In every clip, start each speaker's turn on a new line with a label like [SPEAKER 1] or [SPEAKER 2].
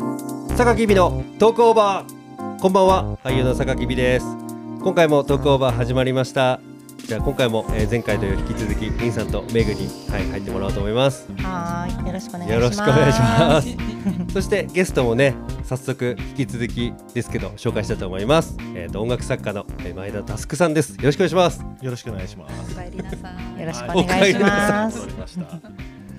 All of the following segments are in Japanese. [SPEAKER 1] 榊美のトークオーバーこんばんは俳優の榊美です今回もトークオーバー始まりましたじゃあ今回も、えー前回と引き続きリンさんとメグに、はい、入ってもらおうと思います
[SPEAKER 2] はーい、よろしくお願いします。
[SPEAKER 1] よろしくお願いしますそしてゲストもね早速引き続きですけど紹介したいと思いますえっ、と音楽作家のえー前田佑さんですよろしくお願いします
[SPEAKER 3] よろしくお願いします。
[SPEAKER 4] お帰りなさい。
[SPEAKER 2] よろしくお
[SPEAKER 1] お
[SPEAKER 2] 願いしま
[SPEAKER 3] わ
[SPEAKER 2] す
[SPEAKER 3] か。りました。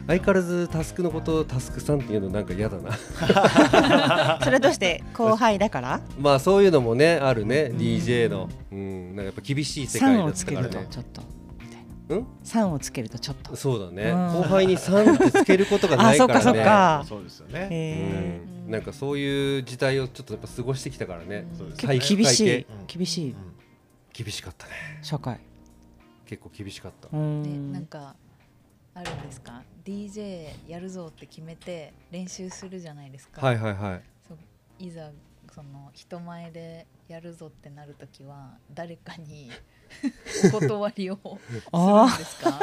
[SPEAKER 1] 相変わらずタスクのことタスクさんっていうのなんか嫌だな
[SPEAKER 2] それどうして後輩だから？
[SPEAKER 1] まあそういうのもねあるね、DJ のうんなんかやっぱ厳しい世界
[SPEAKER 2] 三
[SPEAKER 1] だ
[SPEAKER 2] を
[SPEAKER 1] っ
[SPEAKER 2] つ
[SPEAKER 1] た
[SPEAKER 2] け
[SPEAKER 1] から
[SPEAKER 2] ると
[SPEAKER 1] ね
[SPEAKER 2] ちょっとみたい
[SPEAKER 1] うん
[SPEAKER 2] な。三をつけるとちょっと。
[SPEAKER 1] そうだね、
[SPEAKER 2] うん
[SPEAKER 1] 後輩に3ってつけることがないからね
[SPEAKER 2] あそっかそっかあ
[SPEAKER 3] そうですよね。
[SPEAKER 1] う
[SPEAKER 2] えー
[SPEAKER 1] んなんかそういう時代をちょっとやっぱ過ごしてきたからね、
[SPEAKER 3] そうです
[SPEAKER 1] は
[SPEAKER 3] ね
[SPEAKER 1] い。
[SPEAKER 2] 結構厳し
[SPEAKER 1] 体
[SPEAKER 2] い
[SPEAKER 3] うん
[SPEAKER 2] 厳しい
[SPEAKER 1] 厳しかったね
[SPEAKER 2] 社会。
[SPEAKER 1] 結構厳しかった
[SPEAKER 2] う
[SPEAKER 4] で
[SPEAKER 2] ん
[SPEAKER 4] なんかあるんですか DJ やるぞって決めて練習するじゃないですか、
[SPEAKER 1] はいはいはい
[SPEAKER 4] そういざその人前でやるぞってなるときは誰かに お断りをするんですか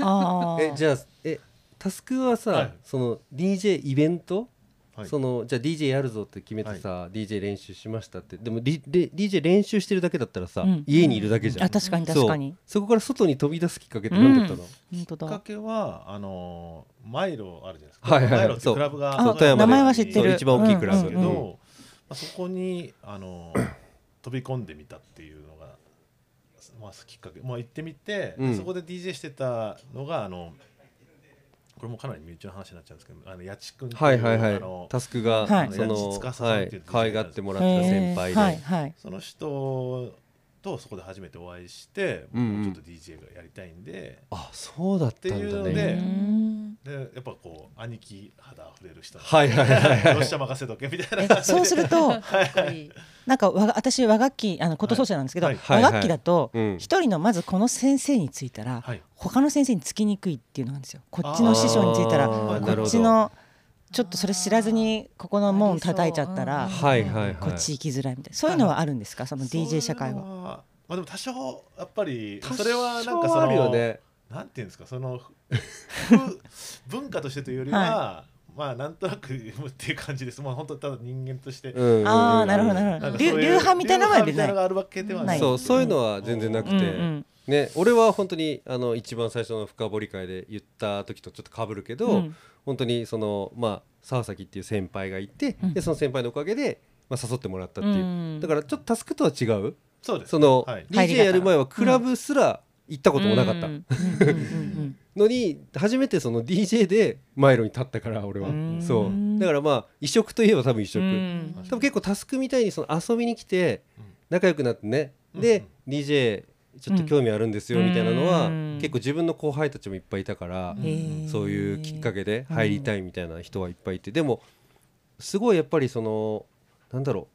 [SPEAKER 2] ああ。
[SPEAKER 1] えじゃあえタスクはさ、
[SPEAKER 3] はい
[SPEAKER 1] その DJ イベント、
[SPEAKER 3] はい
[SPEAKER 1] そのじゃあ DJ やるぞって決めてさ、DJ 練習しましたってでもリリ DJ 練習してるだけだったらさ、
[SPEAKER 2] うん
[SPEAKER 1] 家にいるだけじゃん、
[SPEAKER 2] あ確かに
[SPEAKER 1] そう
[SPEAKER 2] 確かに。
[SPEAKER 1] そこから外に飛び出すきっかけって何だったの、
[SPEAKER 2] 本当
[SPEAKER 3] きっか
[SPEAKER 2] だ。
[SPEAKER 3] けはあのーマイロあるじゃないですか。
[SPEAKER 1] はいはいはい
[SPEAKER 3] マイロってクラブが
[SPEAKER 2] そう
[SPEAKER 3] 富山
[SPEAKER 1] あ名前
[SPEAKER 2] は知ってる
[SPEAKER 1] そう一番大きいクラ
[SPEAKER 3] なん
[SPEAKER 1] ブ、
[SPEAKER 3] ですけ
[SPEAKER 2] うん
[SPEAKER 3] ど、
[SPEAKER 2] うん
[SPEAKER 3] まあ、そこにあの ー飛び込んでみたっていうのがまあきっかけ。まあ行ってみて、
[SPEAKER 1] うん
[SPEAKER 3] そこで DJ してたのがあのこれもかなり身内の話になっちゃうんですけど、あのやちくんっていう
[SPEAKER 1] はいはい
[SPEAKER 3] あ
[SPEAKER 1] は
[SPEAKER 3] の
[SPEAKER 1] いタスクが、
[SPEAKER 2] はい
[SPEAKER 1] その
[SPEAKER 3] つかさ
[SPEAKER 1] は
[SPEAKER 3] んってい
[SPEAKER 1] いう可愛がってもらってた先輩
[SPEAKER 2] へー
[SPEAKER 1] で、
[SPEAKER 2] はいはい。
[SPEAKER 3] その人とそこで初めてお会いして、
[SPEAKER 1] うんうん
[SPEAKER 3] ちょっと DJ がやりたいんで
[SPEAKER 1] あそうだった
[SPEAKER 3] って
[SPEAKER 1] ん
[SPEAKER 3] いう
[SPEAKER 1] だ
[SPEAKER 3] の
[SPEAKER 1] ね
[SPEAKER 3] で
[SPEAKER 2] うん
[SPEAKER 3] でやっぱこう兄貴肌あふれる人なんで
[SPEAKER 1] はいはいはい
[SPEAKER 3] よっしゃ任せとけみたい
[SPEAKER 2] え
[SPEAKER 3] な
[SPEAKER 2] そうすると
[SPEAKER 4] かっこいい
[SPEAKER 2] なんかわが私和楽器あの琴奏者なんですけど、
[SPEAKER 3] はい
[SPEAKER 1] はい
[SPEAKER 2] 和楽器だと
[SPEAKER 1] はいうん
[SPEAKER 2] 一人のまずこの先生についたら、
[SPEAKER 3] はい
[SPEAKER 2] 他の先生につきにくいっていうのがあるんですよ。こっちの師匠についたら
[SPEAKER 1] あ
[SPEAKER 2] こ
[SPEAKER 1] ー
[SPEAKER 3] なるほど
[SPEAKER 2] っちのちょっとそれ知らずにここの門叩いちゃったら、
[SPEAKER 4] ありそう
[SPEAKER 1] はいはいはい
[SPEAKER 2] こっち行きづらいみたいなそういうのはあるんですかその DJ 社会
[SPEAKER 3] そういう
[SPEAKER 2] は。
[SPEAKER 3] のはまあでも多少やっぱり
[SPEAKER 1] 多少
[SPEAKER 3] それはなんかそ
[SPEAKER 1] あ
[SPEAKER 3] の
[SPEAKER 1] るよね
[SPEAKER 3] なんていうんですかそのふ文化としてというよりは、まあなんとなくっていう感じですまあ本当ただ人間として、
[SPEAKER 1] うんうんうん
[SPEAKER 2] ああなるほどなる
[SPEAKER 3] な
[SPEAKER 2] ほ
[SPEAKER 3] ん
[SPEAKER 2] ど。
[SPEAKER 3] かそ
[SPEAKER 2] 流
[SPEAKER 3] ういう
[SPEAKER 2] 流派みたいなのは
[SPEAKER 3] 流
[SPEAKER 2] 出
[SPEAKER 3] 派みた
[SPEAKER 2] ないい。
[SPEAKER 3] のがあるわけではない
[SPEAKER 1] そうそういうのは全然なくて、
[SPEAKER 2] うんうん
[SPEAKER 1] ね、俺は本当にあの一番最初の深掘り会で言った時とちょっとかぶるけど、
[SPEAKER 2] うん
[SPEAKER 1] 本当にその、まあ、沢崎っていう先輩がいて、
[SPEAKER 2] うん
[SPEAKER 1] でその先輩のおかげで、まあ、誘ってもらったっていう、
[SPEAKER 2] うん
[SPEAKER 1] だからちょっとタスクとは違う
[SPEAKER 3] そうです
[SPEAKER 1] その、
[SPEAKER 3] はい
[SPEAKER 1] DJ やる前はクラブすら行ったこともなかった
[SPEAKER 2] うんうんうん
[SPEAKER 1] のに初めてその DJ でマイロに立ったから俺は、
[SPEAKER 2] うん
[SPEAKER 1] そうだからまあ異色といえば多分異
[SPEAKER 2] う
[SPEAKER 1] 色、
[SPEAKER 2] んうん
[SPEAKER 1] 多分結構タスクみたいにその遊びに来て仲良くなってね、で、DJ ちょっと興味あるんですよ
[SPEAKER 2] うん
[SPEAKER 1] みたいなのは、
[SPEAKER 2] うん
[SPEAKER 1] 結構自分の後輩たちもいっぱいいたから、
[SPEAKER 3] ん
[SPEAKER 2] へー
[SPEAKER 1] そういうきっかけで入りたいみたいな人はいっぱいいて、でもすごいやっぱりそのなんだろ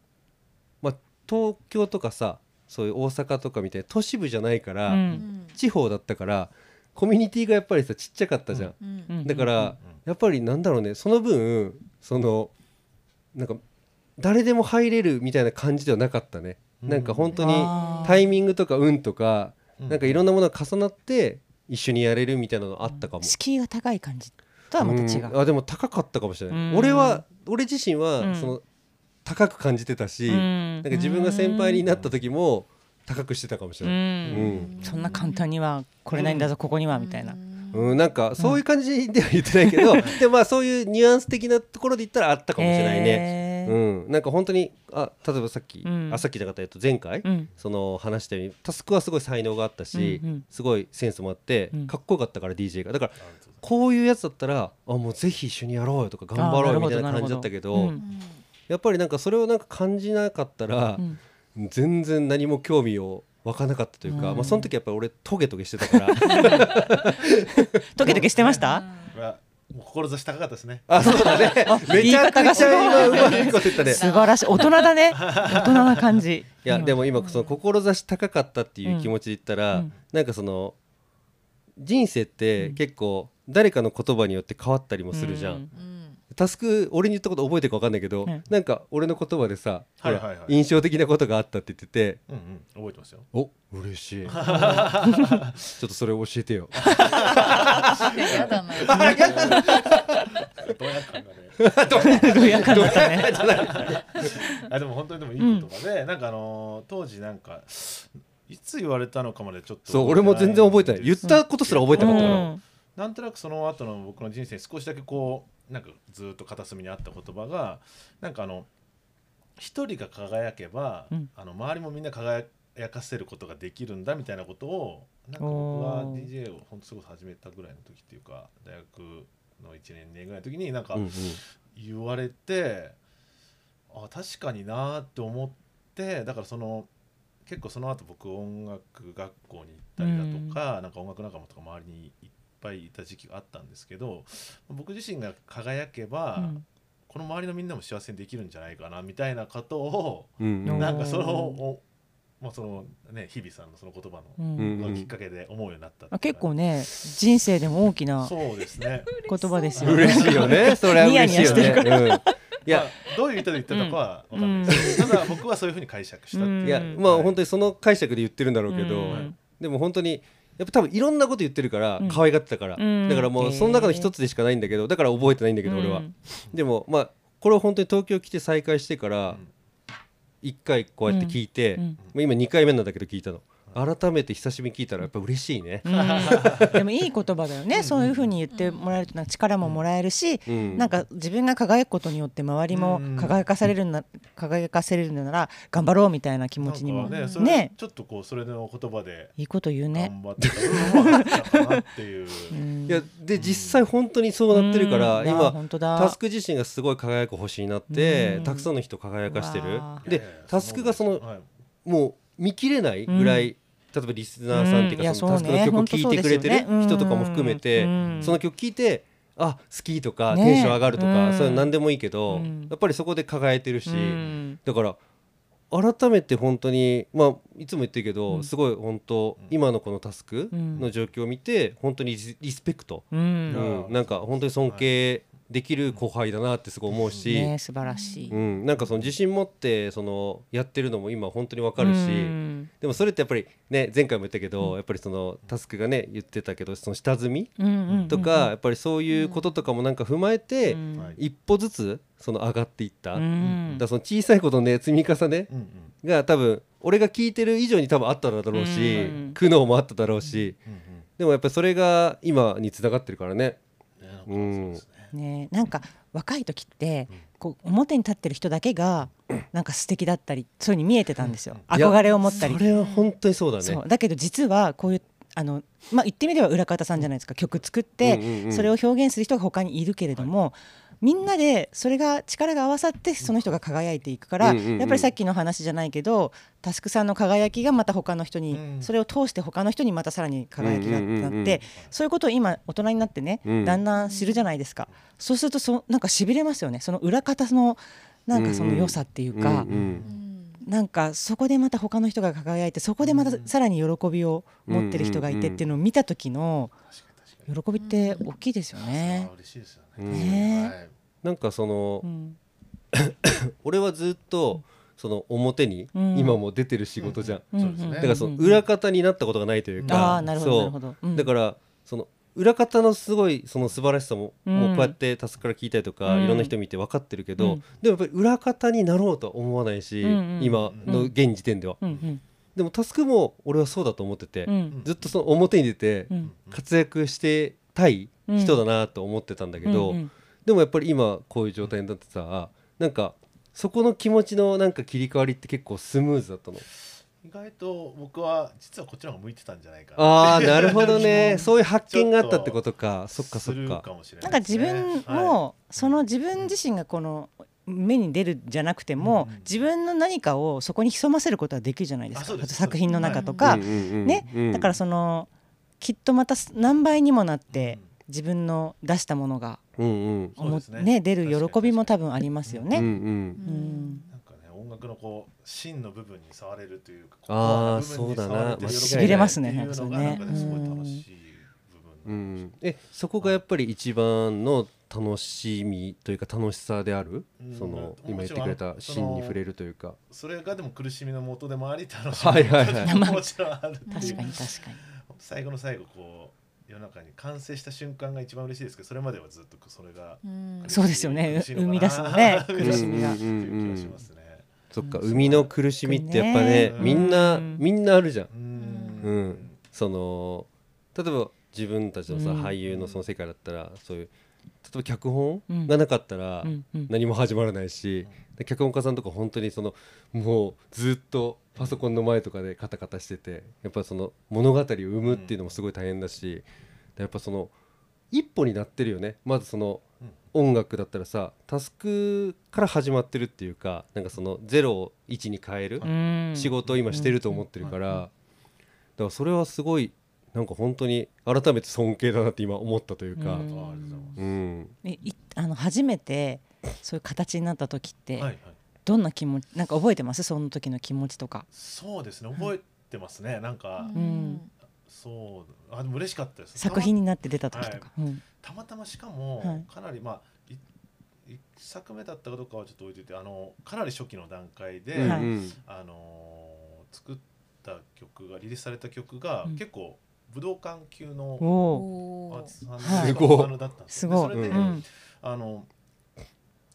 [SPEAKER 1] う、まあ、東京とかさそういう大阪とかみたいな都市部じゃないから、
[SPEAKER 2] う
[SPEAKER 4] うんん
[SPEAKER 1] 地方だったからコミュニティがやっぱりさちっちゃかったじゃん、
[SPEAKER 4] うん
[SPEAKER 2] うん
[SPEAKER 1] だから、
[SPEAKER 3] うんうん
[SPEAKER 1] やっぱりなんだろうねその分そのなんか誰でも入れるみたいな感じではなかったね、
[SPEAKER 3] うん
[SPEAKER 1] なんか本当に
[SPEAKER 2] あー
[SPEAKER 1] タイミングとか運とか、
[SPEAKER 3] うん
[SPEAKER 1] なんかいろんなものが重なって一緒にやれるみたいなのあったかも、
[SPEAKER 2] 敷居が高い感じとはまた違う。
[SPEAKER 1] んあでも高かったかもしれない、
[SPEAKER 2] うん
[SPEAKER 1] 俺は俺自身
[SPEAKER 2] う
[SPEAKER 1] は
[SPEAKER 2] ん
[SPEAKER 1] その、高く感じてたし、
[SPEAKER 2] う
[SPEAKER 1] な
[SPEAKER 2] ん
[SPEAKER 1] んか自分が先輩になった時も高くしてたかもしれ
[SPEAKER 2] う
[SPEAKER 1] ない、
[SPEAKER 2] ん
[SPEAKER 1] うん
[SPEAKER 2] そんな簡単には来れないんだぞここにはみたいな。
[SPEAKER 1] うんなんかそういう感じでは言ってないけど、でもまあそういうニュアンス的なところで言ったらあったかもしれないね、
[SPEAKER 2] へー
[SPEAKER 1] うん、なんか本当にあ例えばさっき、
[SPEAKER 2] うん
[SPEAKER 1] あさっきじゃなかった、えっと、前回、
[SPEAKER 2] うん
[SPEAKER 1] その話したようにタスクはすごい才能があったし、
[SPEAKER 2] うんうん
[SPEAKER 1] すごいセンスもあって、
[SPEAKER 2] うん
[SPEAKER 1] かっこよかったから DJ がだから
[SPEAKER 3] ありがとうござい
[SPEAKER 1] こういうやつだったらあもうぜひ一緒にやろうよとか頑張ろうよみたいな感じだったけど
[SPEAKER 2] あーなるほどなるほどうん
[SPEAKER 1] やっぱりなんかそれをなんか感じなかったら、
[SPEAKER 2] うん
[SPEAKER 1] 全然何も興味を湧かなかったというか、
[SPEAKER 2] うん
[SPEAKER 1] まあ、その時やっぱり俺トゲトゲしてたから
[SPEAKER 2] トゲトゲしてました？
[SPEAKER 3] ますこれはもう志高かったですね
[SPEAKER 1] あそうだ ねめちゃくちゃ今うまいこと言ったね
[SPEAKER 2] 素晴らしい大人だね大人な感じ
[SPEAKER 1] いやでも今その志高かったっていう気持ちで言ったら、
[SPEAKER 2] うん
[SPEAKER 1] なんかその人生って結構誰かの言葉によって変わったりもするじゃん、
[SPEAKER 2] うん
[SPEAKER 4] うん
[SPEAKER 1] タスク俺に言ったこと覚えてるか分かんないけど、
[SPEAKER 2] うん
[SPEAKER 1] なんか俺の言葉でさ、
[SPEAKER 3] はいはい
[SPEAKER 1] ほら
[SPEAKER 3] はい
[SPEAKER 1] 印象的なことがあったって言ってて
[SPEAKER 3] うんうん覚えてますよ
[SPEAKER 1] お嬉 しい ちょっとそれ教えてよ
[SPEAKER 4] やだな。
[SPEAKER 3] どうやったんだね
[SPEAKER 2] どうやかんだったね。
[SPEAKER 3] あでも本当にでもいい言葉で、なんかあのー当時なんかいつ言われたのかまでちょっと
[SPEAKER 1] そう俺も全然覚えてない言っ
[SPEAKER 3] んです
[SPEAKER 1] たことすら覚えてなかったから、
[SPEAKER 3] なんとなくその後の僕の人生少しだけこうなんかずっと片隅にあった言葉がなんかあの一人が輝けば、
[SPEAKER 2] うん
[SPEAKER 3] あの周りもみんな輝かせることができるんだみたいなことをなんか僕
[SPEAKER 2] お
[SPEAKER 3] は
[SPEAKER 2] ー
[SPEAKER 3] DJ を本当すごい始めたぐらいの時っていうか大学の1年年ぐらいの時になんか
[SPEAKER 1] うんうん
[SPEAKER 3] 言われて、あ確かになーって思ってだからその結構その後僕音楽学校に行ったりだとか、なんか音楽仲間とか周りにいっぱいいた時期があったんですけど僕自身が輝けば、
[SPEAKER 2] うん
[SPEAKER 3] この周りのみんなも幸せにできるんじゃないかなみたいなことを、
[SPEAKER 1] うんうん
[SPEAKER 2] おー
[SPEAKER 3] なんかそのお、まあそのね、日比さんのその言葉
[SPEAKER 2] う
[SPEAKER 3] の、
[SPEAKER 2] ん
[SPEAKER 1] うん
[SPEAKER 3] まあきっかけで思うようになったってい
[SPEAKER 2] まあ
[SPEAKER 3] う
[SPEAKER 2] 結構
[SPEAKER 3] ね
[SPEAKER 2] ね人生でも大きな
[SPEAKER 3] そうですね
[SPEAKER 2] 言葉ですよね。
[SPEAKER 1] 嬉しいよねそれは嬉しいよ
[SPEAKER 2] ニヤニヤしてる
[SPEAKER 1] ね、うん、い
[SPEAKER 3] い
[SPEAKER 1] や
[SPEAKER 3] や、まあどういう意図で言ったのかは分かんないですけど、ただ僕はそういうふうに解釈したっていう
[SPEAKER 2] うん
[SPEAKER 1] いやまあ本当にその解釈で言ってるんだろうけど、
[SPEAKER 2] うん
[SPEAKER 1] でも本当にやっぱ多分いろんなこと言ってるから
[SPEAKER 2] うん
[SPEAKER 1] 可愛がってたから、
[SPEAKER 2] うん
[SPEAKER 1] だからも
[SPEAKER 2] へ
[SPEAKER 1] う
[SPEAKER 2] ー
[SPEAKER 1] その中の一つでしかないんだけどだから覚えてないんだけど俺は、
[SPEAKER 2] うん
[SPEAKER 1] でもまあこれを本当に東京来て再会してから
[SPEAKER 3] うん
[SPEAKER 1] 1回こうやって聞いて、
[SPEAKER 2] うん
[SPEAKER 1] まあ今2回目なんだけど聞いたの改めて久しぶりに聞いたらやっぱ嬉しいね、
[SPEAKER 2] うんでもいい言葉だよねそういうふうに言ってもらえるとなんか力ももらえるし、
[SPEAKER 1] うん
[SPEAKER 2] なんか自分が輝くことによって周りも
[SPEAKER 3] うん
[SPEAKER 2] 輝かされるな輝かせれるなら頑張ろうみたいな気持ちにも
[SPEAKER 3] なんか
[SPEAKER 2] ね
[SPEAKER 3] ねそれちょっとこうそれの言葉で
[SPEAKER 2] いいこと言うね。
[SPEAKER 3] 頑張ってた部分もあったかなって いう
[SPEAKER 2] うん
[SPEAKER 1] いやで実際本当にそうなってるから、
[SPEAKER 2] うんあー
[SPEAKER 1] 今
[SPEAKER 2] 本当だ
[SPEAKER 1] タスク自身がすごい輝く星になって、
[SPEAKER 2] うん
[SPEAKER 1] たくさんの人を輝かしてる
[SPEAKER 2] うわー
[SPEAKER 1] でタスクがそのもう見切れないぐらい、例えばリスナーさんっていう
[SPEAKER 2] い
[SPEAKER 1] か、
[SPEAKER 2] や
[SPEAKER 1] そのタスク
[SPEAKER 2] そう
[SPEAKER 1] の
[SPEAKER 2] ね
[SPEAKER 1] 曲を
[SPEAKER 2] 本当
[SPEAKER 1] 聴
[SPEAKER 2] そ
[SPEAKER 1] いうて
[SPEAKER 2] です
[SPEAKER 1] く
[SPEAKER 2] よ
[SPEAKER 1] れ
[SPEAKER 2] ね
[SPEAKER 1] てる人とかも含めて、
[SPEAKER 2] うん
[SPEAKER 1] その曲聴いてあ好きとか、
[SPEAKER 2] ね
[SPEAKER 1] テンション上がるとか、
[SPEAKER 2] うん
[SPEAKER 1] それは何でもいいけど、
[SPEAKER 2] うん
[SPEAKER 1] やっぱりそこで輝いてるし、
[SPEAKER 2] うん
[SPEAKER 1] だから改めて本当にまあいつも言ってるけど、
[SPEAKER 2] うん
[SPEAKER 1] すごい本当
[SPEAKER 3] うん
[SPEAKER 1] 今のこのタスク
[SPEAKER 2] うん
[SPEAKER 1] の状況を見て本当にリスリスペクト、
[SPEAKER 2] う
[SPEAKER 1] うんんなんか本当に尊敬できる後輩だなってすごい思うし。
[SPEAKER 2] ね素晴らしい。
[SPEAKER 1] うん、なんかその自信持ってそのやってるのも今本当にわかるし、
[SPEAKER 2] うん
[SPEAKER 1] でもそれってやっぱりね前回も言ったけど、やっぱりそのタスクがね言ってたけどその下積み
[SPEAKER 2] うんうんうん
[SPEAKER 1] とか、やっぱりそういうこととかもなんか踏まえて、
[SPEAKER 2] うん
[SPEAKER 3] はい
[SPEAKER 1] 一歩ずつその上がっていった、
[SPEAKER 2] う
[SPEAKER 1] だか
[SPEAKER 2] ん
[SPEAKER 1] らその小さいことのね積み重ね
[SPEAKER 3] うんうん
[SPEAKER 1] が多分俺が聞いてる以上に多分あっただろうし、
[SPEAKER 2] うん
[SPEAKER 1] 苦悩もあっただろうし、
[SPEAKER 3] うん
[SPEAKER 1] でもやっぱりそれが今につながってるからね。
[SPEAKER 3] うんねなんかそうですね
[SPEAKER 2] ねなんか若い時って
[SPEAKER 3] うん
[SPEAKER 2] こう表に立ってる人だけがなんか素敵だったりそういうふうに見えてたんですよ
[SPEAKER 1] いや
[SPEAKER 2] 憧れを持ったり
[SPEAKER 1] それは本当にそうだね。
[SPEAKER 2] そうだけど実はこういうあの、まあ、言ってみれば裏方さんじゃないですか曲作って、
[SPEAKER 1] うんうんうん
[SPEAKER 2] それを表現する人が他にいるけれども、みんなでそれが力が合わさってその人が輝いていくから、
[SPEAKER 1] うんうんうん
[SPEAKER 2] やっぱりさっきの話じゃないけどタスクさんの輝きがまた他の人に、
[SPEAKER 3] うん
[SPEAKER 2] それを通して他の人にまたさらに輝きが
[SPEAKER 1] うんうんうん
[SPEAKER 2] なって、
[SPEAKER 1] うん
[SPEAKER 2] そういうことを今大人になってね、
[SPEAKER 1] うん
[SPEAKER 2] だんだん知るじゃないですかそうするとそなんかしびれますよねその裏方のなんかその良さっていうか。
[SPEAKER 1] うんうん
[SPEAKER 2] なんかそこでまた他の人が輝いてそこでまたさらに喜びを持ってる人がいてっていうのを見た時の
[SPEAKER 3] 確かに確かに
[SPEAKER 2] 喜びって大きいですよ
[SPEAKER 3] それ
[SPEAKER 2] ね
[SPEAKER 3] は。嬉しいですよ
[SPEAKER 1] うん
[SPEAKER 2] ね
[SPEAKER 3] ね
[SPEAKER 1] なんかその、
[SPEAKER 2] うん
[SPEAKER 1] 俺はずっとその表に
[SPEAKER 2] うん
[SPEAKER 1] 今も出てる仕事じゃん、
[SPEAKER 2] うん
[SPEAKER 3] そうですね
[SPEAKER 1] だ
[SPEAKER 3] だ
[SPEAKER 1] からその裏方になったことがないというか、
[SPEAKER 2] あーなるほどなるほど
[SPEAKER 1] そう
[SPEAKER 2] うん
[SPEAKER 1] だからその裏方のすごいその素晴らしさも、
[SPEAKER 2] うん
[SPEAKER 1] もうこうやってタスクから聞いたりとか、
[SPEAKER 2] うん
[SPEAKER 1] いろんな人見て分かってるけど、
[SPEAKER 2] うん
[SPEAKER 1] でもやっぱり裏方になろうとは思わないし、
[SPEAKER 2] うんうん
[SPEAKER 1] 今の現時点では、
[SPEAKER 2] うん
[SPEAKER 1] でもタスクも俺はそうだと思ってて、
[SPEAKER 2] うんうん
[SPEAKER 1] ずっとその表に出て
[SPEAKER 2] うん
[SPEAKER 1] 活躍してたい人だなと思ってたんだけど、
[SPEAKER 2] うんうん
[SPEAKER 1] でもやっぱり今こういう状態になってさなんかそこの気持ちのなんか切り替わりって結構スムーズだったの
[SPEAKER 3] 意外と僕は実はこっちの方が向いてたんじゃないかな
[SPEAKER 1] ああなるほど ねそういう発見があったってことかそっか
[SPEAKER 3] す
[SPEAKER 1] そっ
[SPEAKER 3] る
[SPEAKER 1] か
[SPEAKER 3] かもしれ
[SPEAKER 2] なん
[SPEAKER 3] な
[SPEAKER 2] か
[SPEAKER 3] いです
[SPEAKER 2] 自
[SPEAKER 3] ね
[SPEAKER 2] 分
[SPEAKER 3] はい
[SPEAKER 2] もその自分自身がこの目に出るじゃなくても
[SPEAKER 3] うん
[SPEAKER 2] 自分の何かをそこに潜ませることはできるじゃないです
[SPEAKER 3] あそう
[SPEAKER 2] か
[SPEAKER 3] です
[SPEAKER 2] 作品の中と
[SPEAKER 1] う
[SPEAKER 2] か
[SPEAKER 1] ん。うんうん
[SPEAKER 2] ね
[SPEAKER 1] うん
[SPEAKER 2] だからそのきっとまた何倍にもなって
[SPEAKER 3] うん
[SPEAKER 2] 自分の出したものが
[SPEAKER 1] うんうん
[SPEAKER 3] そうですね
[SPEAKER 2] ね出る喜びも多分ありますよ
[SPEAKER 1] うんう
[SPEAKER 2] ね。
[SPEAKER 1] ん
[SPEAKER 2] うん
[SPEAKER 3] なんかね音楽のこう芯の部分に触れるというか
[SPEAKER 1] あー
[SPEAKER 3] コアな部分
[SPEAKER 1] そう
[SPEAKER 3] に
[SPEAKER 1] だな
[SPEAKER 3] 触れて
[SPEAKER 1] 痺れ
[SPEAKER 2] ますね
[SPEAKER 3] っていうのがなん
[SPEAKER 2] そ
[SPEAKER 3] か
[SPEAKER 2] れね
[SPEAKER 3] ねすごい楽しい部
[SPEAKER 1] う
[SPEAKER 3] 分なん
[SPEAKER 1] んえそこがやっぱり一番の楽しみというか楽しさである、
[SPEAKER 3] うん
[SPEAKER 1] その
[SPEAKER 3] うん
[SPEAKER 1] 今言ってくれたシーンに触れるというか
[SPEAKER 3] それがでも苦しみのもとでもあり楽し
[SPEAKER 1] はい
[SPEAKER 3] みの
[SPEAKER 1] はい はい
[SPEAKER 3] 元でももちろんあるってい
[SPEAKER 2] 確
[SPEAKER 3] う
[SPEAKER 2] かに確かに
[SPEAKER 3] 最後の最後こう世の中に完成した瞬間が一番嬉しいですけどそれまではずっとそれが
[SPEAKER 4] うん
[SPEAKER 2] そうですよね
[SPEAKER 3] 苦しいのかな
[SPEAKER 2] 生み出すの ね
[SPEAKER 3] 苦
[SPEAKER 2] 苦しみが
[SPEAKER 3] っていう気がしますね
[SPEAKER 1] そっか
[SPEAKER 2] うん
[SPEAKER 1] 生みの苦しみってやっぱね
[SPEAKER 3] ね
[SPEAKER 1] みんな
[SPEAKER 2] うん
[SPEAKER 1] みんなあるじゃん。
[SPEAKER 3] う
[SPEAKER 1] うんん、その例えば自分たちのさ、
[SPEAKER 2] うん
[SPEAKER 1] 俳優のその世界だったらそういう例えば脚本
[SPEAKER 2] うん
[SPEAKER 1] がなかったら
[SPEAKER 2] うんうん
[SPEAKER 1] 何も始まらないし、で脚本家さんとか本当にそのもうずっとパソコンの前とかでカタカタしててやっぱその物語を生むっていうのもすごい大変だし、でやっぱその一歩になってるよねまずその
[SPEAKER 3] うん
[SPEAKER 1] 音楽だったらさタスクから始まってるっていうかなんかその0を1に変える、
[SPEAKER 2] うん
[SPEAKER 1] 仕事を今してると思ってるから、
[SPEAKER 2] うんうん
[SPEAKER 1] だからそれはすごいなんか本当に改めて尊敬だなって今思ったというか、
[SPEAKER 2] うん
[SPEAKER 3] あありがとうございます
[SPEAKER 1] うん
[SPEAKER 2] えいあの初めてそういう形になった時って、
[SPEAKER 3] はいはい
[SPEAKER 2] どんな気持ちなんか覚えてますその時の気持ちとか
[SPEAKER 3] そうですね覚えてますねなんか
[SPEAKER 2] うん
[SPEAKER 3] そうあでも嬉しかったです
[SPEAKER 2] 作品になって出た時とか、うん
[SPEAKER 3] たまたましか
[SPEAKER 2] は
[SPEAKER 3] も
[SPEAKER 2] い
[SPEAKER 3] かなりまあい一作目だったかどうかはちょっと置いといてあのかなり初期の段階で、
[SPEAKER 1] うん
[SPEAKER 2] はい
[SPEAKER 1] うん
[SPEAKER 3] あのー作った曲がリリースされた曲が、
[SPEAKER 2] うん
[SPEAKER 3] 結構武道館級の
[SPEAKER 2] お
[SPEAKER 4] お
[SPEAKER 2] お
[SPEAKER 3] アー
[SPEAKER 4] お
[SPEAKER 3] ティ
[SPEAKER 4] ー
[SPEAKER 3] スト
[SPEAKER 2] は
[SPEAKER 3] さ
[SPEAKER 2] い
[SPEAKER 3] んのバンドだったんです
[SPEAKER 2] す
[SPEAKER 3] よね
[SPEAKER 2] ごい、
[SPEAKER 3] それで、
[SPEAKER 1] うん
[SPEAKER 2] うん
[SPEAKER 3] あの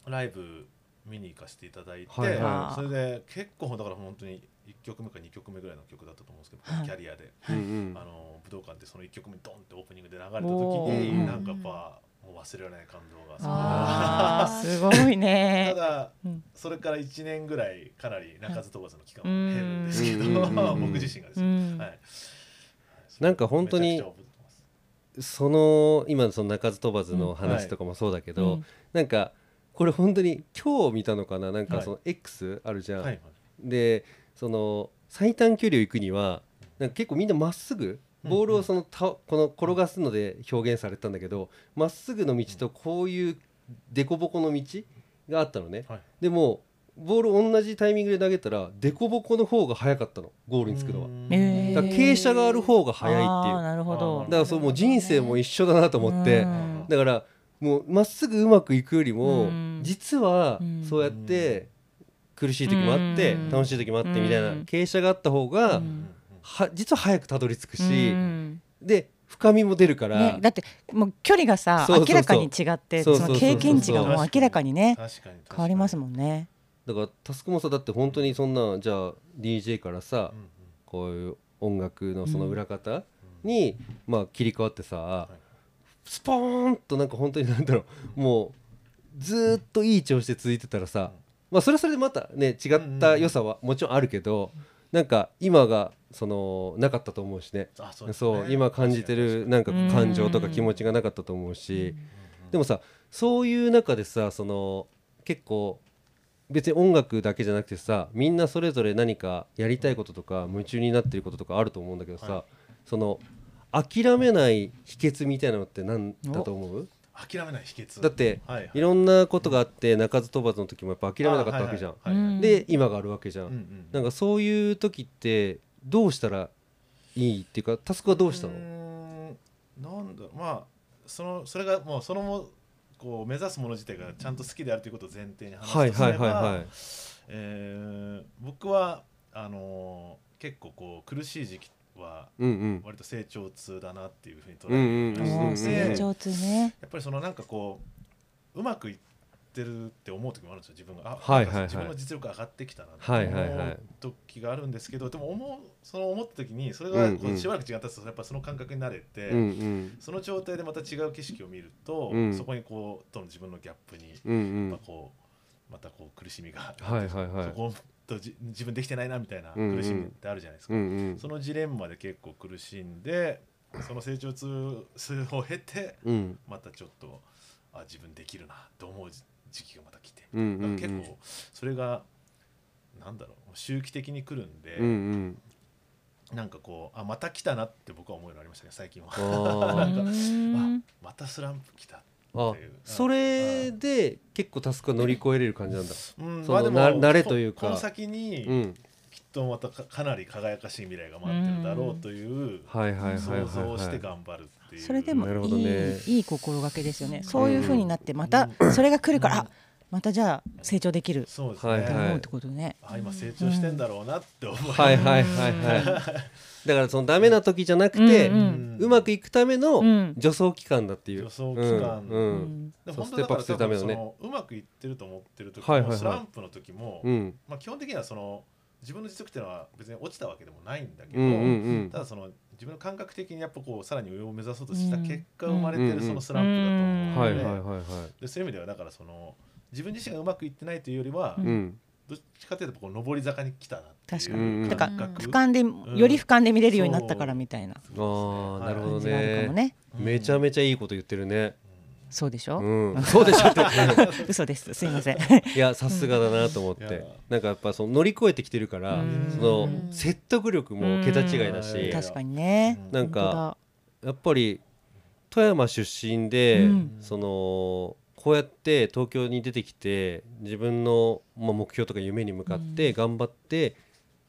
[SPEAKER 3] ライブ見に行かせていただいて、
[SPEAKER 1] はい
[SPEAKER 2] はい
[SPEAKER 3] それで結構だから本当に1曲目か2曲目ぐらいの曲だったと思うんですけど、
[SPEAKER 2] はい
[SPEAKER 3] キャリアで、
[SPEAKER 1] うんうん
[SPEAKER 3] あの武道館でその1曲目ドンってオープニングで流れた時
[SPEAKER 1] おー
[SPEAKER 3] になんかやっぱもう忘れられない感動がそこ
[SPEAKER 2] あ
[SPEAKER 3] か
[SPEAKER 2] ーすごい
[SPEAKER 3] らた
[SPEAKER 2] ね
[SPEAKER 3] だ
[SPEAKER 2] うん
[SPEAKER 3] それから1年ぐらいかなり鳴かず飛ばずの期間を
[SPEAKER 2] うん
[SPEAKER 3] 経るんですけど
[SPEAKER 1] うんうんうん
[SPEAKER 3] 僕自身がです
[SPEAKER 2] う
[SPEAKER 3] ね、
[SPEAKER 2] ん
[SPEAKER 3] はい、
[SPEAKER 1] なんか本当に
[SPEAKER 3] めちゃくちゃ覚えてます
[SPEAKER 1] その今のその鳴かず飛ばずの話とかもそうだけど、
[SPEAKER 2] うん
[SPEAKER 1] なんかこれ本当に今日見たのかななんか
[SPEAKER 3] はい
[SPEAKER 1] その X あるじゃん、
[SPEAKER 3] はいはい
[SPEAKER 1] でその最短距離を行くにはなんか結構みんなまっすぐ
[SPEAKER 3] うん
[SPEAKER 1] ボールをそのたこの転がすので表現されたんだけどまっすぐの道とこういう凸凹の道があったのね、
[SPEAKER 3] はい
[SPEAKER 1] でもボールを同じタイミングで投げたら凸凹の方が早かったのゴールにつくのは
[SPEAKER 3] う。ん
[SPEAKER 2] えー
[SPEAKER 1] だから傾斜がある方が早いっていう
[SPEAKER 2] あーなるほど
[SPEAKER 1] だからそうもう人生も一緒だなと思って、
[SPEAKER 2] うん
[SPEAKER 1] だからもうまっすぐうまくいくよりも、
[SPEAKER 2] うん
[SPEAKER 1] 実は
[SPEAKER 2] うん
[SPEAKER 1] そうやって苦しい時もあって、
[SPEAKER 2] うん
[SPEAKER 1] 楽しい時もあってみたいな
[SPEAKER 2] うん
[SPEAKER 1] 傾斜があった方が、
[SPEAKER 2] う
[SPEAKER 3] うんん
[SPEAKER 1] は実は早くたどり着くし、
[SPEAKER 2] うん
[SPEAKER 1] で深みも出るから、
[SPEAKER 2] ね、だってもう距離がさ
[SPEAKER 1] そうそうそう
[SPEAKER 2] 明らかに違って
[SPEAKER 1] そう
[SPEAKER 2] そ
[SPEAKER 1] そうそう
[SPEAKER 2] の経験値がもう明らかにね
[SPEAKER 3] 確かに
[SPEAKER 2] 変わります
[SPEAKER 3] もん、
[SPEAKER 2] もんね。
[SPEAKER 1] だからタスクもさだって本当にそんなじゃあ DJ からさ、
[SPEAKER 3] うんうん
[SPEAKER 1] こういう音楽のその裏方
[SPEAKER 3] うん
[SPEAKER 1] に、まあ、切り替わってさ
[SPEAKER 3] い
[SPEAKER 1] スポーンとなんか本当になんだろうもうずーっといい調子で続いてたらさ、まあ、それはそれでまたね違った良さはもちろんあるけど、なんか今がそのなかったと思うしね
[SPEAKER 3] あそ
[SPEAKER 1] そうう
[SPEAKER 3] ですね
[SPEAKER 1] 今感じてるなんかこう
[SPEAKER 2] うん
[SPEAKER 1] 感情とか気持ちがなかったと思うし、でもさそういう中でさその結構別に音楽だけじゃなくてさみんなそれぞれ何かやりたいこととか夢中になってることとかあると思うんだけどさ、
[SPEAKER 3] は
[SPEAKER 1] その諦めない秘訣みたいなのって何だと思う
[SPEAKER 3] 確かに諦めない秘訣
[SPEAKER 1] だって
[SPEAKER 3] はいはい
[SPEAKER 1] ろんなことがあって鳴かず飛ばずの時もやっぱ諦めなかったわけじゃん、
[SPEAKER 3] あはいはいはい
[SPEAKER 2] うん
[SPEAKER 1] で今があるわけじゃん、
[SPEAKER 3] うんうん
[SPEAKER 1] なんかそういう時ってどうしたらいいっていうかタスクはどうしたの
[SPEAKER 3] ーんなんだまあそのそれがもうそのもこう目指すもの自体がちゃんと好きであるということを前提に話すと
[SPEAKER 1] はい
[SPEAKER 3] す
[SPEAKER 1] は
[SPEAKER 3] れ
[SPEAKER 1] い
[SPEAKER 3] ば
[SPEAKER 1] はいはい
[SPEAKER 3] えー僕はあのー結構こう苦しい時期は
[SPEAKER 1] うんうん
[SPEAKER 3] 割と成長痛だなっていうふうに捉え
[SPEAKER 1] うんうん
[SPEAKER 3] て
[SPEAKER 1] う
[SPEAKER 3] ま
[SPEAKER 1] ん
[SPEAKER 3] し
[SPEAKER 1] うん
[SPEAKER 3] て
[SPEAKER 2] もう成長痛ね。
[SPEAKER 3] やっぱりそのなんかこううまくいってるって思う時もあるんですよ自分があ、
[SPEAKER 1] はいはいはい
[SPEAKER 3] なんか自分の実力上がってきたな
[SPEAKER 1] はい
[SPEAKER 3] っ
[SPEAKER 1] はい
[SPEAKER 3] て
[SPEAKER 1] はい
[SPEAKER 3] 思う時があるんですけど、でも思うその思った時にそれがこう
[SPEAKER 1] うんうん
[SPEAKER 3] しばらく時間経つとやっぱその感覚に慣れて、
[SPEAKER 1] うんうん
[SPEAKER 3] その状態でまた違う景色を見ると、
[SPEAKER 1] うん
[SPEAKER 3] そこにこうとの自分のギャップに、
[SPEAKER 1] うんう
[SPEAKER 3] まあ
[SPEAKER 1] ん
[SPEAKER 3] こうまたこう苦しみが、
[SPEAKER 1] はいはいはい
[SPEAKER 3] そことじ自分できてないなみたいな
[SPEAKER 1] うんうん
[SPEAKER 3] 苦しみってあるじゃないですか。
[SPEAKER 1] うんうん
[SPEAKER 3] そのジレンマで結構苦しんでその成長痛を経て
[SPEAKER 1] うん
[SPEAKER 3] またちょっとあ自分できるなと思う時期がまた来て、
[SPEAKER 1] うんうんうん
[SPEAKER 3] だから結構それがなんだろう周期的に来るんで、
[SPEAKER 1] うんうん
[SPEAKER 3] なんかこうあまた来たなって僕は思うようになりましたね最近は。
[SPEAKER 1] あ
[SPEAKER 3] ん
[SPEAKER 1] ー
[SPEAKER 3] か
[SPEAKER 2] うん
[SPEAKER 3] あまたスランプ来た、
[SPEAKER 1] あ
[SPEAKER 3] っていううん
[SPEAKER 1] それで結構タスクは乗り越えれる感じなんだ
[SPEAKER 3] うん
[SPEAKER 1] そのな慣れというか
[SPEAKER 3] ここの先に
[SPEAKER 1] うん
[SPEAKER 3] きっとまたかかなり輝かしい未来が待ってるだろうという
[SPEAKER 1] はいはいはいはい
[SPEAKER 3] 想像を
[SPEAKER 1] は
[SPEAKER 3] して
[SPEAKER 1] い
[SPEAKER 3] 頑張るっていう
[SPEAKER 2] それで
[SPEAKER 1] なる
[SPEAKER 2] も
[SPEAKER 1] ほ
[SPEAKER 2] い
[SPEAKER 1] ど
[SPEAKER 2] い,、
[SPEAKER 1] ね
[SPEAKER 2] いい心がけですよねそういうふうになってまたそれが来るから、
[SPEAKER 3] うん
[SPEAKER 2] あまたじゃあ成長できる
[SPEAKER 3] そうです
[SPEAKER 1] は
[SPEAKER 3] ね、
[SPEAKER 1] い
[SPEAKER 2] と
[SPEAKER 1] はい
[SPEAKER 2] 思うってことね、
[SPEAKER 3] あ今成長してんだろうなって思います
[SPEAKER 1] はいはいはいはい だからそのダメな時じゃなくて、
[SPEAKER 2] う
[SPEAKER 1] うん
[SPEAKER 2] うん
[SPEAKER 1] まくいくため
[SPEAKER 2] う
[SPEAKER 1] の
[SPEAKER 2] ん
[SPEAKER 1] 助走期間だっていう
[SPEAKER 3] 助走期間
[SPEAKER 1] うん
[SPEAKER 2] う
[SPEAKER 1] うん
[SPEAKER 2] ん
[SPEAKER 1] そ
[SPEAKER 3] でも
[SPEAKER 1] う
[SPEAKER 3] 本当だから
[SPEAKER 1] ステップアップするためのね
[SPEAKER 3] 多分そのうまくいってると思ってる時も、
[SPEAKER 1] はいはいはい
[SPEAKER 3] スランプの時も、
[SPEAKER 1] うん
[SPEAKER 3] まあ、基本的にはその自分の実力っていうのは別に落ちたわけでもないんだけど、
[SPEAKER 1] うんうん
[SPEAKER 3] ただその自分の感覚的にやっぱこうさらに上を目指そうとした結果
[SPEAKER 2] うん
[SPEAKER 3] 生まれて
[SPEAKER 1] うん
[SPEAKER 3] るそのスランプだ
[SPEAKER 1] う
[SPEAKER 3] と
[SPEAKER 1] ん
[SPEAKER 3] 思
[SPEAKER 1] は
[SPEAKER 3] う
[SPEAKER 1] い
[SPEAKER 3] の
[SPEAKER 1] はい
[SPEAKER 3] で,、
[SPEAKER 1] はいはい
[SPEAKER 3] でそういう意味ではだからその自分自身がうまくいってないというよりは、
[SPEAKER 1] うん
[SPEAKER 3] どっちかというとこう上り坂に来たなっていう
[SPEAKER 2] 確
[SPEAKER 1] かに
[SPEAKER 3] 感
[SPEAKER 4] だから
[SPEAKER 3] 覚
[SPEAKER 2] 俯瞰でより俯瞰で見れるようになったからみたいな
[SPEAKER 1] あーなるほ
[SPEAKER 2] 感
[SPEAKER 1] ど
[SPEAKER 2] じがあるか
[SPEAKER 1] ね
[SPEAKER 2] もね
[SPEAKER 1] めちゃめちゃいいこと言ってるね
[SPEAKER 2] そうでしょ、
[SPEAKER 1] うん そうでしょって
[SPEAKER 2] 嘘ですすいません
[SPEAKER 1] いやさすがだなと思っ
[SPEAKER 3] いや
[SPEAKER 1] てなんかやっぱその乗り越えてきてるから
[SPEAKER 2] うん
[SPEAKER 1] その
[SPEAKER 4] うん
[SPEAKER 1] 説得力も桁違いだ
[SPEAKER 3] う
[SPEAKER 1] し
[SPEAKER 3] ん
[SPEAKER 2] 確かにね
[SPEAKER 3] うん
[SPEAKER 1] なん
[SPEAKER 2] 本当
[SPEAKER 1] か
[SPEAKER 2] だ
[SPEAKER 1] やっぱり富山出身で、
[SPEAKER 2] うん
[SPEAKER 1] そのこうやって東京に出てきて自分の、まあ、目標とか夢に向かって頑張って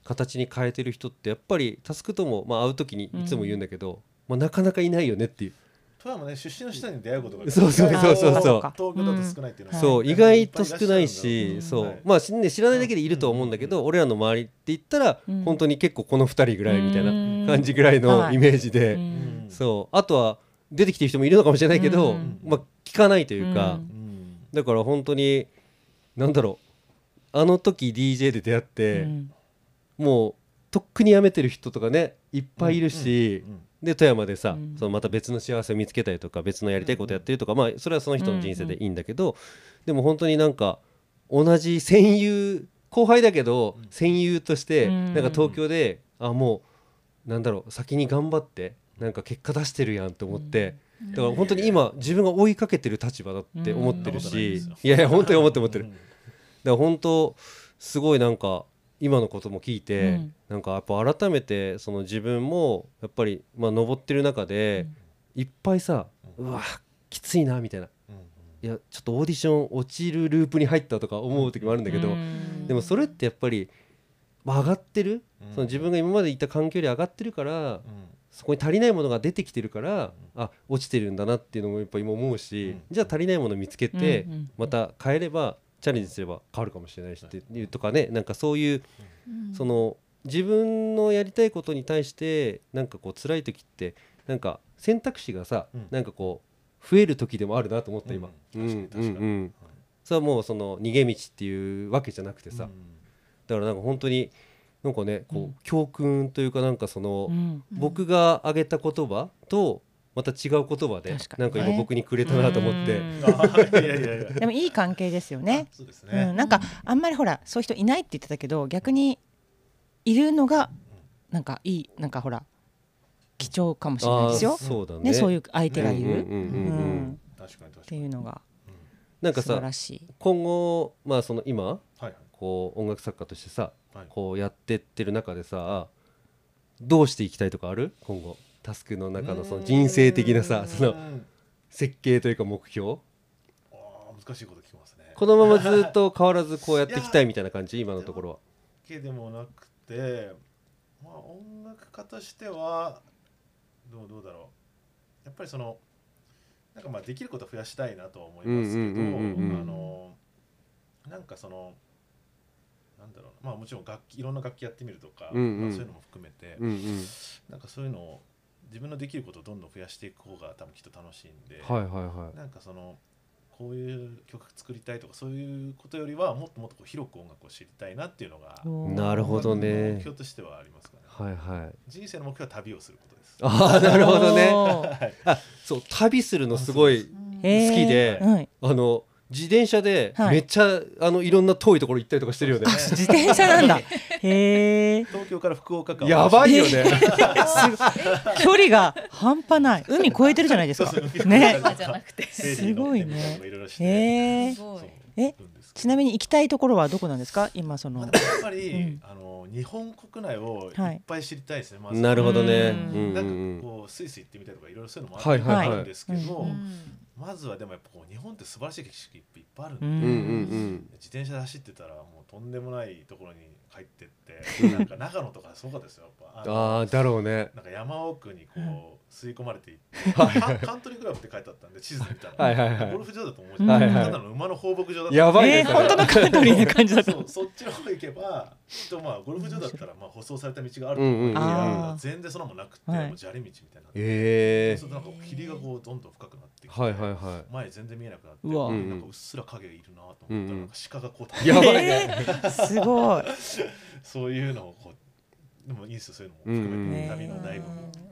[SPEAKER 1] 形に変えてる人ってやっぱりタスクとも、まあ、会う時にいつも言うんだけど、まあ、なかなかいないよねっていう、
[SPEAKER 3] 富山ね出身の人に出会うことが
[SPEAKER 1] そうそうそうそうそう
[SPEAKER 3] 東京だと少ないっていうのは
[SPEAKER 1] そう
[SPEAKER 3] はい
[SPEAKER 1] 意外と少ないし、
[SPEAKER 2] うん
[SPEAKER 1] そう、
[SPEAKER 3] はい
[SPEAKER 1] まあしね知らないだけでいると思うんだけど、俺らの周りって言ったら、
[SPEAKER 2] うん
[SPEAKER 1] 本当に結構この2人ぐらいみたいな
[SPEAKER 2] うん
[SPEAKER 1] 感じぐらいのイメージで、
[SPEAKER 2] うん
[SPEAKER 3] うん
[SPEAKER 1] そうあとは出てきてる人もいるのかもしれないけど、
[SPEAKER 2] うん
[SPEAKER 1] まあ聞かないというか。
[SPEAKER 2] うん
[SPEAKER 3] うん
[SPEAKER 1] だから本当になんだろうあの時 DJ で出会って、
[SPEAKER 2] うん
[SPEAKER 1] もうとっくに辞めてる人とかねいっぱいいるし、
[SPEAKER 3] うん
[SPEAKER 1] で富山でさ、
[SPEAKER 2] うん
[SPEAKER 1] そのまた別の幸せを見つけたりとか別のやりたいことやってるとか、まあそれはその人の人生でいいんだけど、でも本当になんか同じ戦友後輩だけど
[SPEAKER 3] うん
[SPEAKER 1] 戦友として、
[SPEAKER 2] うん
[SPEAKER 1] なんか東京であもうなんだろう先に頑張ってなんか結果出してるやんと思って。だから本当に今自分が追いかけてる立場だって思ってるし、
[SPEAKER 3] うん
[SPEAKER 1] いやいや本当に思って思ってる、
[SPEAKER 3] うん
[SPEAKER 1] だから本当すごいなんか今のことも聞いて、
[SPEAKER 2] うん
[SPEAKER 1] なんかやっぱ改めてその自分もやっぱりまあ登ってる中で、いっぱいさ
[SPEAKER 3] う
[SPEAKER 1] うわきついなみたいな
[SPEAKER 3] うんうん
[SPEAKER 1] いやちょっとオーディション落ちるループに入ったとか思う時もあるんだけど、
[SPEAKER 2] うん
[SPEAKER 1] でもそれってやっぱり、まあ上がってる、
[SPEAKER 3] うん
[SPEAKER 1] その自分が今までいた環境より上がってるから、
[SPEAKER 3] うん
[SPEAKER 1] そこに足りないものが出てきてるから、あ落ちてるんだなっていうのもやっぱ今思うし、
[SPEAKER 3] うん
[SPEAKER 1] じゃあ足りないもの見つけて、
[SPEAKER 2] うんうん
[SPEAKER 1] また変えればチャレンジすれば変わるかもしれないしっていうとかねなんかそういうその自分のやりたいことに対してなんかこう辛い時ってなんか選択肢がさ、
[SPEAKER 3] うん
[SPEAKER 1] なんかこう増える時でもあるなと思った今、
[SPEAKER 3] うん
[SPEAKER 1] うん
[SPEAKER 3] 確かに確かに
[SPEAKER 1] うんうんそれはもうその逃げ道っていうわけじゃなくてさ、だからなんか本当になんかねこう、
[SPEAKER 2] うん
[SPEAKER 1] 教訓というかなんかその、
[SPEAKER 2] うん
[SPEAKER 1] 僕が挙げた言葉とまた違う言葉で
[SPEAKER 2] 確かに
[SPEAKER 1] なんか今
[SPEAKER 2] ね
[SPEAKER 1] 僕にくれたなと思っ
[SPEAKER 2] う
[SPEAKER 1] て
[SPEAKER 2] ん
[SPEAKER 3] うんあーいやいやいや
[SPEAKER 2] でもいい関係ですよね
[SPEAKER 3] そうです
[SPEAKER 2] うん、
[SPEAKER 3] ね
[SPEAKER 2] なんかあんまりほらそういう人いないって言ってたけど逆にいるのがなんかいいなんかほら貴重かもしれない
[SPEAKER 1] あ
[SPEAKER 2] です
[SPEAKER 1] ー
[SPEAKER 2] よ、
[SPEAKER 1] そうだね
[SPEAKER 2] ね、そういう相手がい
[SPEAKER 1] うん
[SPEAKER 2] る、
[SPEAKER 1] うんうんうん
[SPEAKER 2] う
[SPEAKER 1] うん
[SPEAKER 2] ん
[SPEAKER 3] 確か
[SPEAKER 2] っ
[SPEAKER 3] に確か
[SPEAKER 2] て
[SPEAKER 3] に
[SPEAKER 2] いうのが
[SPEAKER 1] なんか
[SPEAKER 2] 素晴
[SPEAKER 1] さ
[SPEAKER 2] らしい。
[SPEAKER 1] 今後まあその今
[SPEAKER 3] はい
[SPEAKER 1] こう音楽作家としてさ
[SPEAKER 3] はいはい
[SPEAKER 1] こうやってってる中でさどうしていきたいとかある今後タスクの中のその人生的な
[SPEAKER 3] う
[SPEAKER 1] さ
[SPEAKER 3] ん
[SPEAKER 1] その設計というか目標
[SPEAKER 3] あー難しいこと聞きますね
[SPEAKER 1] このままず っと変わらずこうやっていきたいみたいな感じ今のところは。
[SPEAKER 3] けでもなくてまあ音楽家としてはどうどうだろうやっぱりそのなんかまあできることは増やしたいなとは思いますけど
[SPEAKER 1] うんうん
[SPEAKER 4] うんうん
[SPEAKER 3] あのなんかそのなんだろうなまあもちろん楽器いろんな楽器やってみるとか、
[SPEAKER 1] うんうん
[SPEAKER 3] まあそういうのも含めて、
[SPEAKER 1] うんうん
[SPEAKER 3] なんかそういうのを自分のできることをどんどん増やしていく方が多分きっと楽しいんで、
[SPEAKER 1] はいはいはい
[SPEAKER 3] なんかそのこういう曲作りたいとかそういうことよりはもっともっとこう広く音楽を知りたいなっていうのが
[SPEAKER 1] なるほどね
[SPEAKER 3] 音楽の目標としてはありますかね
[SPEAKER 1] はいはい。
[SPEAKER 3] 人生の目標は旅をすることです
[SPEAKER 1] ああなるほどね。
[SPEAKER 2] 好
[SPEAKER 1] そう旅するのすごい好きで
[SPEAKER 2] はい、
[SPEAKER 1] あの自転車で
[SPEAKER 2] はい
[SPEAKER 1] めっちゃ、あのいろんな遠いところ行ったりとかしてるよね。
[SPEAKER 3] そう
[SPEAKER 2] 自転車なんだ。 へえ。
[SPEAKER 3] 東京から福岡間
[SPEAKER 1] やばいよね。
[SPEAKER 2] 距離が半端ない。海越えてるじゃないですか。ね。
[SPEAKER 4] じゃ なくて
[SPEAKER 3] す
[SPEAKER 2] ごいね
[SPEAKER 3] いろいろして
[SPEAKER 2] へえ。
[SPEAKER 4] すごい
[SPEAKER 2] えちなみに行きたいところはどこなんですか。今そ
[SPEAKER 3] にや
[SPEAKER 2] の
[SPEAKER 3] っ。ぱり、
[SPEAKER 2] うん
[SPEAKER 3] あの日本国内を
[SPEAKER 2] はい
[SPEAKER 3] いっぱい知りたいですね、ま ず
[SPEAKER 1] なるほどね。
[SPEAKER 2] う
[SPEAKER 1] うんん
[SPEAKER 3] な
[SPEAKER 1] うんん
[SPEAKER 3] かこうスイス行ってみたいとかいろいろそういうのもある
[SPEAKER 1] はい
[SPEAKER 2] はいはい
[SPEAKER 3] あるんですけど、
[SPEAKER 2] うん
[SPEAKER 3] ままずはでもやっぱこう日本って素晴らしい景色いっぱいいっぱいあるん
[SPEAKER 2] う
[SPEAKER 3] で、
[SPEAKER 1] うんうんん
[SPEAKER 3] 自転車で走ってたらもうとんでもないところに帰ってってなんか長野とかすごかったですよやっぱ
[SPEAKER 1] ああだろうね
[SPEAKER 3] なんか山奥にこう吸い込まれていって
[SPEAKER 1] はい
[SPEAKER 3] カンカントリークラブって書いてあったんで地図で見たら
[SPEAKER 1] はいはいはい
[SPEAKER 3] ゴルフ場だと思うじゃない、
[SPEAKER 2] はいはい
[SPEAKER 3] ただの馬の放牧場だった
[SPEAKER 1] やばいね
[SPEAKER 2] えー、本当のカントリーな感じだった
[SPEAKER 3] そうそっちの方行けばきっとまあゴルフ場だったらまあ舗装された道があると思うんだけど
[SPEAKER 2] うんうんうん
[SPEAKER 3] いや全然そんなもんなくて、
[SPEAKER 2] はい
[SPEAKER 3] もう砂利道みたいになって
[SPEAKER 1] え
[SPEAKER 3] そうするとなんかこう霧がこうどんどん深くなってき
[SPEAKER 1] え
[SPEAKER 3] て、
[SPEAKER 1] はいはいは
[SPEAKER 3] 前全然見えなくなって
[SPEAKER 2] うわ
[SPEAKER 3] なんかうっすら影いるなと思った
[SPEAKER 1] う
[SPEAKER 3] ら、
[SPEAKER 1] んうん
[SPEAKER 3] なんか鹿がこう
[SPEAKER 1] いやばいね、
[SPEAKER 2] えー、すごい、
[SPEAKER 3] そういうのをこうでもいいですよそういうのも含めて、
[SPEAKER 2] うんうん
[SPEAKER 3] 旅の醍醐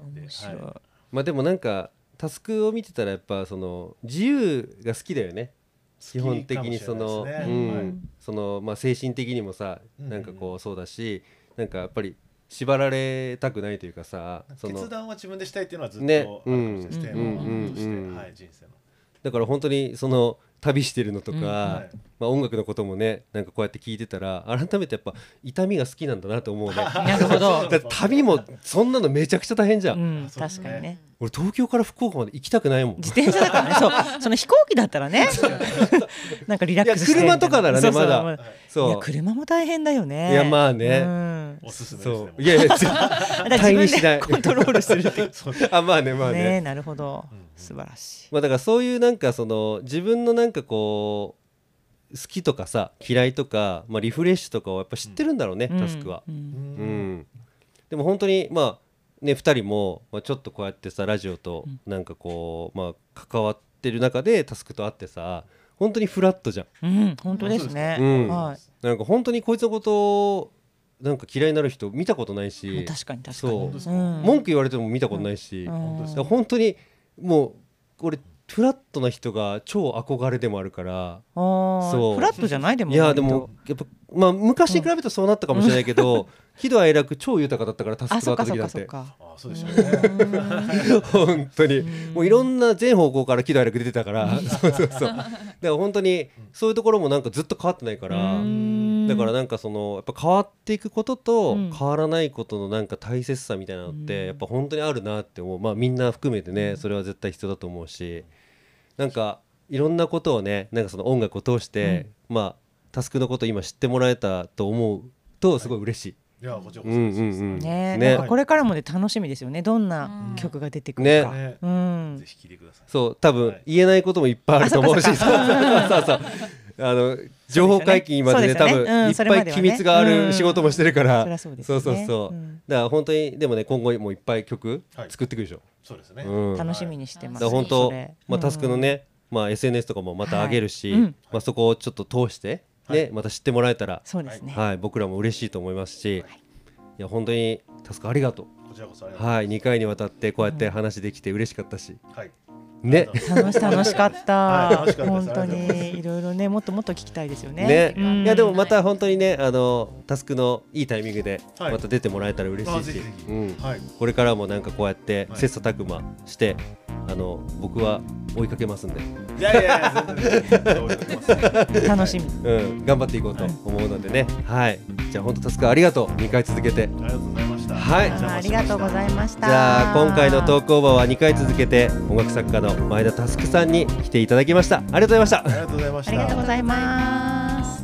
[SPEAKER 3] 味で、
[SPEAKER 2] 面白い、
[SPEAKER 3] はい
[SPEAKER 1] まあでもなんかタスクを見てたらやっぱその自由が好きだよね基本的にその、
[SPEAKER 3] 好きかもしれないです
[SPEAKER 1] う
[SPEAKER 3] ね
[SPEAKER 1] ん
[SPEAKER 3] はい
[SPEAKER 1] そのまあ精神的にもさ
[SPEAKER 3] うん
[SPEAKER 1] なんかこうそうだしなんかやっぱり縛られたくないというかさその
[SPEAKER 3] 決断は自分でしたいっていうのはずっとあ
[SPEAKER 1] ね
[SPEAKER 3] るかもしれないです、テーマ
[SPEAKER 2] うん
[SPEAKER 3] はとして、
[SPEAKER 1] うん
[SPEAKER 3] はい、人生の。
[SPEAKER 1] だから本当にその旅してるのとか、
[SPEAKER 2] うん
[SPEAKER 3] はい
[SPEAKER 1] まあ、音楽のこともねなんかこうやって聞いてたら改めてやっぱ痛みが好きなんだなと思うね だ
[SPEAKER 2] なるほど
[SPEAKER 1] っ、て旅もそんなのめちゃくちゃ大変じゃ、
[SPEAKER 2] うんん、
[SPEAKER 3] そうです
[SPEAKER 2] 確
[SPEAKER 3] ね
[SPEAKER 2] かにね
[SPEAKER 1] 俺東京から福岡まで行きたくないもん
[SPEAKER 2] 自転車だからねそうその飛行機だった らねなんかリラックスして
[SPEAKER 1] いや車とかならね
[SPEAKER 2] そうそう
[SPEAKER 1] まだ
[SPEAKER 2] もう
[SPEAKER 3] はい
[SPEAKER 2] い
[SPEAKER 1] そ
[SPEAKER 2] や
[SPEAKER 1] う
[SPEAKER 2] 車も大変だよね
[SPEAKER 1] いやまあね
[SPEAKER 2] うん
[SPEAKER 3] おすすめですね
[SPEAKER 1] そ
[SPEAKER 3] も
[SPEAKER 1] う
[SPEAKER 3] う。
[SPEAKER 1] いやいや絶
[SPEAKER 2] だから
[SPEAKER 1] 対に
[SPEAKER 2] 自
[SPEAKER 1] しな
[SPEAKER 2] 分
[SPEAKER 1] い
[SPEAKER 2] でコントロールするっていう
[SPEAKER 3] そう
[SPEAKER 1] あまあね まあね
[SPEAKER 2] ねなるほど
[SPEAKER 3] うんうん
[SPEAKER 2] 素晴らしい
[SPEAKER 1] まあだからそういうなんかその自分のなんかこう好きとかさ嫌いとか、まあ、リフレッシュとかをやっぱ知ってるんだろうね、タスクは、
[SPEAKER 2] うんうん
[SPEAKER 1] うんでも本当にまあね2人も、まあ、ちょっとこうやってさラジオとなんかこう、まあ、関わってる中でタスクと会ってさ本当にフラットじゃん
[SPEAKER 2] うん、本当ですね。
[SPEAKER 1] うん
[SPEAKER 2] はい。
[SPEAKER 1] なんか本当にこいつのことをなんか嫌いになる人見たことないし
[SPEAKER 2] 確かに確かに。
[SPEAKER 1] そう
[SPEAKER 3] 本当です
[SPEAKER 2] う
[SPEAKER 3] か
[SPEAKER 2] ん
[SPEAKER 1] 文句言われても見たことないし、だ
[SPEAKER 2] うん
[SPEAKER 1] か
[SPEAKER 3] 本当です
[SPEAKER 1] ら本当にもう俺フラットな人が超憧れでもあるから
[SPEAKER 2] あ
[SPEAKER 1] そ
[SPEAKER 2] あ、
[SPEAKER 1] う
[SPEAKER 2] フラットじゃないでも。
[SPEAKER 1] いやでもやっぱまあ昔に比べるとそうなったかもしれないけ ど、喜怒哀楽超豊かだったからタス
[SPEAKER 2] 割と。あ、
[SPEAKER 1] ク
[SPEAKER 2] そ
[SPEAKER 1] があっ
[SPEAKER 2] っ
[SPEAKER 1] た
[SPEAKER 2] かそっ
[SPEAKER 1] 時だ
[SPEAKER 2] か
[SPEAKER 1] っ
[SPEAKER 2] そってか。
[SPEAKER 3] あそうですよね。
[SPEAKER 1] 本当に
[SPEAKER 2] うん
[SPEAKER 1] もういろんな全方向から喜怒哀楽出てたからそうそうそうだから本当にそういうところもなんかずっと変わってないからだからなんかそのやっぱ変わっていくことと
[SPEAKER 2] うん
[SPEAKER 1] 変わらないことのなんか大切さみたいなのっ
[SPEAKER 2] う
[SPEAKER 1] て
[SPEAKER 2] ん
[SPEAKER 1] やっぱ本当にあるなって思うまあみんな含めてねそれは絶対必要だと思うしなんかいろんなことをねなんかその音楽を通してまあタスクのことを今知ってもらえたと思うとすごい嬉しい。
[SPEAKER 3] いや、こちらこ
[SPEAKER 1] う
[SPEAKER 3] そ
[SPEAKER 1] ん
[SPEAKER 3] です。
[SPEAKER 1] うんうん
[SPEAKER 2] ね、
[SPEAKER 1] ね
[SPEAKER 2] なんかこれからもね、楽しみですよね。どんな
[SPEAKER 4] うん
[SPEAKER 2] 曲が出てくるか
[SPEAKER 3] ね。
[SPEAKER 2] うん
[SPEAKER 3] ぜ。ひ聞いてください。
[SPEAKER 1] そう多分
[SPEAKER 3] はい
[SPEAKER 1] 言えないこともいっぱいあると思うし、そうそう そうそうあ の情報解禁までね
[SPEAKER 2] そう
[SPEAKER 1] 多
[SPEAKER 2] ですよね
[SPEAKER 1] 分
[SPEAKER 2] う
[SPEAKER 1] い
[SPEAKER 2] ん
[SPEAKER 1] っ
[SPEAKER 2] それま
[SPEAKER 1] ぱい
[SPEAKER 2] ではね
[SPEAKER 1] 機密がある仕事もしてるか
[SPEAKER 2] そ
[SPEAKER 1] ら、
[SPEAKER 2] りゃ
[SPEAKER 1] だか
[SPEAKER 2] そうですよね。
[SPEAKER 1] そうそうそうんら本当にでもね今後もいっぱい曲
[SPEAKER 3] はい
[SPEAKER 1] 作っていくでしょ、
[SPEAKER 3] そうですね。
[SPEAKER 1] うん
[SPEAKER 2] 楽しみにして
[SPEAKER 1] だ
[SPEAKER 2] ます。
[SPEAKER 1] から本
[SPEAKER 2] そ
[SPEAKER 1] 当
[SPEAKER 2] れ
[SPEAKER 1] まあタスクの。ね、まあ SNS とかもまた上げるし、
[SPEAKER 2] はいうん
[SPEAKER 1] まあそこをちょっと通してね、
[SPEAKER 3] はい
[SPEAKER 1] また知ってもらえたら
[SPEAKER 2] うん、そうですね。
[SPEAKER 1] はい僕らも嬉しいと思いますし、い、や本当にタスクありがとう。
[SPEAKER 3] こちらこそありがとう
[SPEAKER 1] はい2回にわたってこうやって話できて嬉しかったし、
[SPEAKER 3] ございます。
[SPEAKER 1] ね。
[SPEAKER 2] 楽し楽しかっ
[SPEAKER 3] はい
[SPEAKER 2] た
[SPEAKER 3] 楽しか。ったです
[SPEAKER 2] 本当にいろいろね、もっともっと聞きたいですよね
[SPEAKER 1] ね。
[SPEAKER 2] うん
[SPEAKER 1] いやでもまた本当にねあのタスクのいいタイミングで
[SPEAKER 3] はい
[SPEAKER 1] また出てもらえたら嬉
[SPEAKER 3] あ
[SPEAKER 1] しい
[SPEAKER 3] ぜ
[SPEAKER 1] し
[SPEAKER 3] ひぜひ
[SPEAKER 1] うん
[SPEAKER 3] はい。
[SPEAKER 1] これからもなんかこうやって
[SPEAKER 3] はい
[SPEAKER 1] 切磋琢磨してあの僕は追いかけますんで
[SPEAKER 3] いやいやいや、全然 全然。
[SPEAKER 2] 楽しみ。
[SPEAKER 1] うん頑張っていこうと思うのでねはいじゃあ本当タスクありがとう2回続けて
[SPEAKER 3] ありがとうございました。
[SPEAKER 1] はい
[SPEAKER 3] お邪
[SPEAKER 2] あ
[SPEAKER 3] 魔
[SPEAKER 2] り
[SPEAKER 3] しま
[SPEAKER 2] が
[SPEAKER 3] した
[SPEAKER 2] とうございました。
[SPEAKER 1] じゃあ今回のトークオーバーは2回続けて音楽作家の前田タスクさんに来ていただきましたありがとうございました
[SPEAKER 3] ありがとうございまし
[SPEAKER 2] あ
[SPEAKER 3] た。
[SPEAKER 2] りがとうございます。